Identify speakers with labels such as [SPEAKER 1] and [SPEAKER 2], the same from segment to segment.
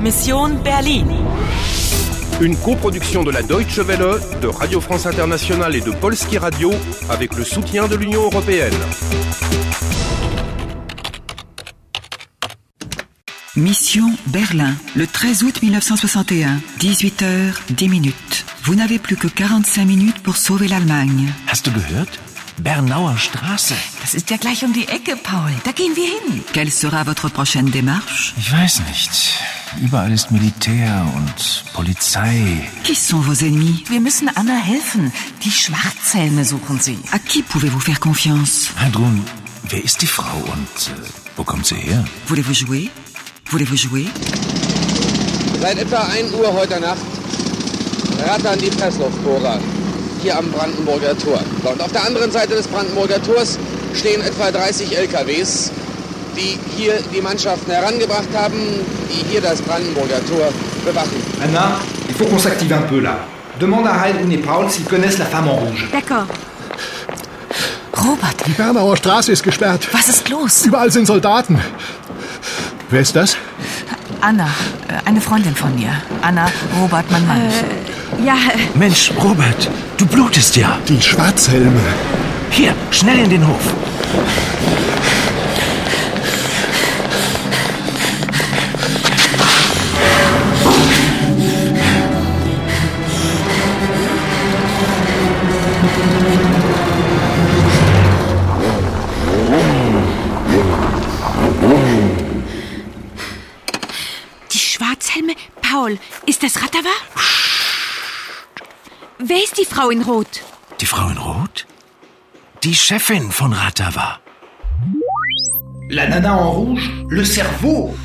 [SPEAKER 1] Mission Berlin.
[SPEAKER 2] Une coproduction de la Deutsche Welle, de Radio France Internationale et de Polski Radio avec le soutien de l'Union européenne.
[SPEAKER 3] Mission Berlin, le 13 août 1961, 18h10 minutes. Vous n'avez plus que 45 minutes pour sauver l'Allemagne.
[SPEAKER 4] Hast du gehört? Bernauer Straße.
[SPEAKER 5] Das ist ja gleich um die Ecke, Paul. Da gehen wir hin.
[SPEAKER 3] Quelle sera votre prochaine démarche
[SPEAKER 4] Ich weiß nicht. Überall ist Militär und Polizei.
[SPEAKER 3] Qui sont vos ennemis
[SPEAKER 5] Wir müssen Anna helfen. Die Schwarzhelme suchen sie.
[SPEAKER 3] À qui pouvez-vous faire confiance
[SPEAKER 4] Heidrun, wer ist die Frau und äh, wo kommt sie her?
[SPEAKER 3] Voulez-vous jouer Voulez-vous jouer
[SPEAKER 6] Seit etwa 1 Uhr heute Nacht rattern die Pressluftbohrer hier am Brandenburger Tor. Und auf der anderen Seite des Brandenburger Tors stehen etwa 30 LKWs, die hier die Mannschaften herangebracht haben, die hier das Brandenburger Tor bewachen.
[SPEAKER 7] Anna, il faut qu'on s'active un peu là. Demande à Heidrun et Paul s'ils connaissent la femme en rouge.
[SPEAKER 8] D'accord.
[SPEAKER 5] Robert,
[SPEAKER 9] Die Bernauer Straße ist gesperrt.
[SPEAKER 5] was ist los?
[SPEAKER 9] Überall sind Soldaten. Wer ist das?
[SPEAKER 5] Anna, äh, eine Freundin von mir. Anna, Robert, mein Mann.
[SPEAKER 8] Ja,
[SPEAKER 4] Mensch, Robert, du blutest ja.
[SPEAKER 9] Die Schwarzhelme.
[SPEAKER 4] Hier, schnell in den Hof.
[SPEAKER 8] die Schwarzhelme. Paul, ist das Ratawa? Wer ist die Frau in Rot?
[SPEAKER 4] Die Frau in Rot? Die Chefin von Ratava.
[SPEAKER 7] La nana en rouge Le cerveau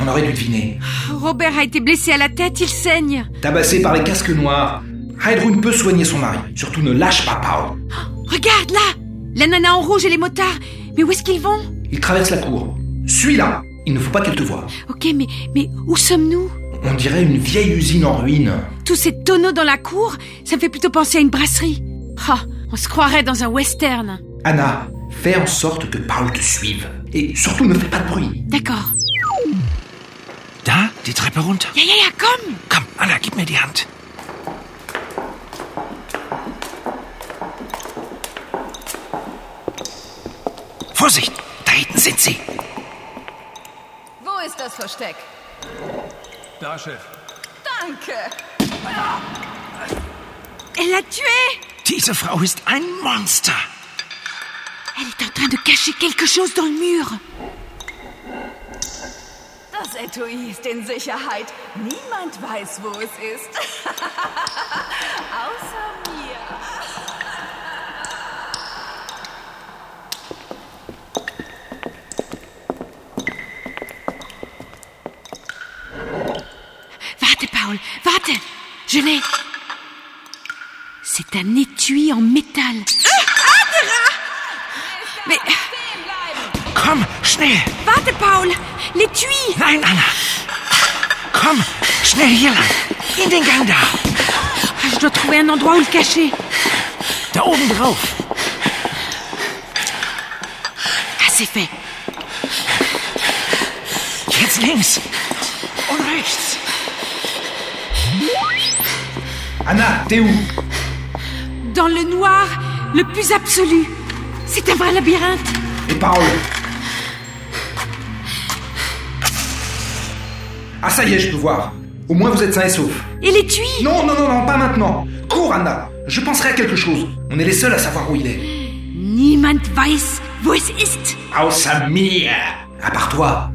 [SPEAKER 7] On aurait dû deviner.
[SPEAKER 8] Robert a été blessé à la tête, il saigne.
[SPEAKER 7] Tabassé par les casques noirs, Heidrun peut soigner son mari. Surtout ne lâche pas Paul.
[SPEAKER 8] Regarde là La nana en rouge et les motards. Mais où est-ce qu'ils vont
[SPEAKER 7] Il traverse la cour. Suis-la Il ne faut pas qu'elle te voie.
[SPEAKER 8] Ok, mais, mais où sommes-nous
[SPEAKER 7] On dirait une vieille usine en ruine.
[SPEAKER 8] Tous ces tonneaux dans la cour, ça me fait plutôt penser à une brasserie. Ah, on se croirait dans un western.
[SPEAKER 7] Anna, fais en sorte que Paul te suive. Et surtout ne fais pas de bruit.
[SPEAKER 8] D'accord.
[SPEAKER 4] Da, die Treppe runter.
[SPEAKER 8] Ja, ja, ja, komm
[SPEAKER 4] Komm, Anna, gib mir die Hand. Vorsicht, da hinten sind sie.
[SPEAKER 10] Wo ist das Versteck?
[SPEAKER 11] Da, Chef.
[SPEAKER 10] Danke.
[SPEAKER 8] Elle l'a tué
[SPEAKER 4] Diese Frau ist ein Monster.
[SPEAKER 8] Elle est en train de cacher quelque chose dans le mur.
[SPEAKER 10] Das Etui ist in Sicherheit. Niemand weiß, wo es ist. Außer mir.
[SPEAKER 8] Warte, Paul, warte Je l'ai C'est un étui en métal. Mais
[SPEAKER 4] Komm, schnell.
[SPEAKER 8] warte, Paul L'étui
[SPEAKER 4] Nein, Anna. Komm, schnell hier lang. In den Gang da.
[SPEAKER 8] Ah, Je dois trouver un endroit où le cacher.
[SPEAKER 4] Da oben drauf.
[SPEAKER 8] Ah, c'est fait.
[SPEAKER 4] Jetzt links. Und rechts.
[SPEAKER 7] Anna, t'es où
[SPEAKER 8] Dans le noir le plus absolu. C'est un vrai labyrinthe.
[SPEAKER 7] Et Paul Ah ça y est, je peux voir. Au moins vous êtes sains et saufs.
[SPEAKER 8] Et l'étui
[SPEAKER 7] Non, non, non, non, pas maintenant. Cours, Anna. Je penserai à quelque chose. On est les seuls à savoir où il est.
[SPEAKER 8] Niemand weiß, wo es ist.
[SPEAKER 7] Oh, Samir À part toi.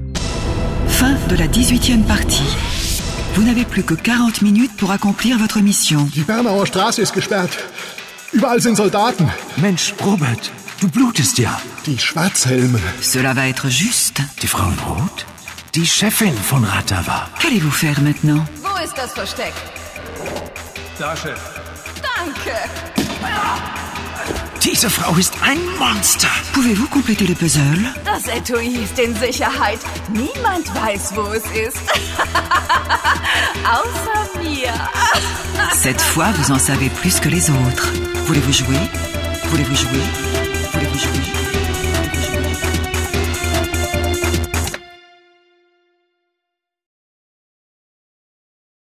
[SPEAKER 3] Fin de la 18e partie. Vous n'avez plus que 40 minutes pour accomplir votre mission.
[SPEAKER 9] Die Bernauer Straße ist gesperrt. Überall sind Soldaten.
[SPEAKER 4] Mensch, Robert, du blutest ja.
[SPEAKER 9] Die Schwarzhelme.
[SPEAKER 3] Cela va être juste.
[SPEAKER 4] Die Frau in Rot? Die Chefin von Ratava.
[SPEAKER 3] Qu'allez-vous faire maintenant
[SPEAKER 10] Wo ist das Versteck?
[SPEAKER 11] Da, Chef.
[SPEAKER 10] Danke.
[SPEAKER 4] Diese Frau ist ein Monster.
[SPEAKER 3] Pouvez-vous compléter le puzzle
[SPEAKER 10] Das Etui ist in Sicherheit. Niemand weiß, wo es ist. Außer mir.
[SPEAKER 3] Cette fois, vous en savez plus que les autres. Voulez-vous jouer Voulez-vous jouer Voulez-vous jouer